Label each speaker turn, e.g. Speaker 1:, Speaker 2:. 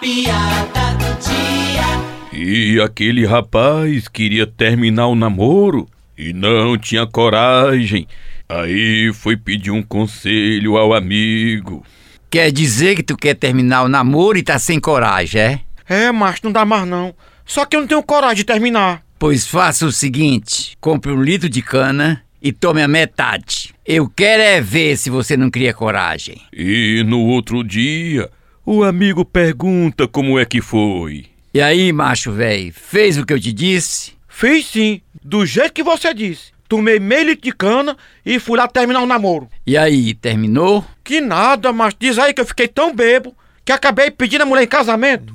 Speaker 1: piada do dia.
Speaker 2: E aquele rapaz queria terminar o namoro e não tinha coragem. Aí foi pedir um conselho ao amigo.
Speaker 3: Quer dizer que tu quer terminar o namoro e tá sem coragem, é?
Speaker 4: É, macho, não dá mais não. Só que eu não tenho coragem de terminar.
Speaker 3: Pois faça o seguinte: compre um litro de cana e tome a metade. Eu quero é ver se você não cria coragem.
Speaker 2: E no outro dia, o amigo pergunta como é que foi.
Speaker 3: E aí, macho velho, fez o que eu te disse?
Speaker 4: Fiz sim, do jeito que você disse. Tomei meio litro de cana e fui lá terminar o namoro.
Speaker 3: E aí, terminou?
Speaker 4: Que nada, macho. Diz aí que eu fiquei tão bebo que acabei pedindo a mulher em casamento.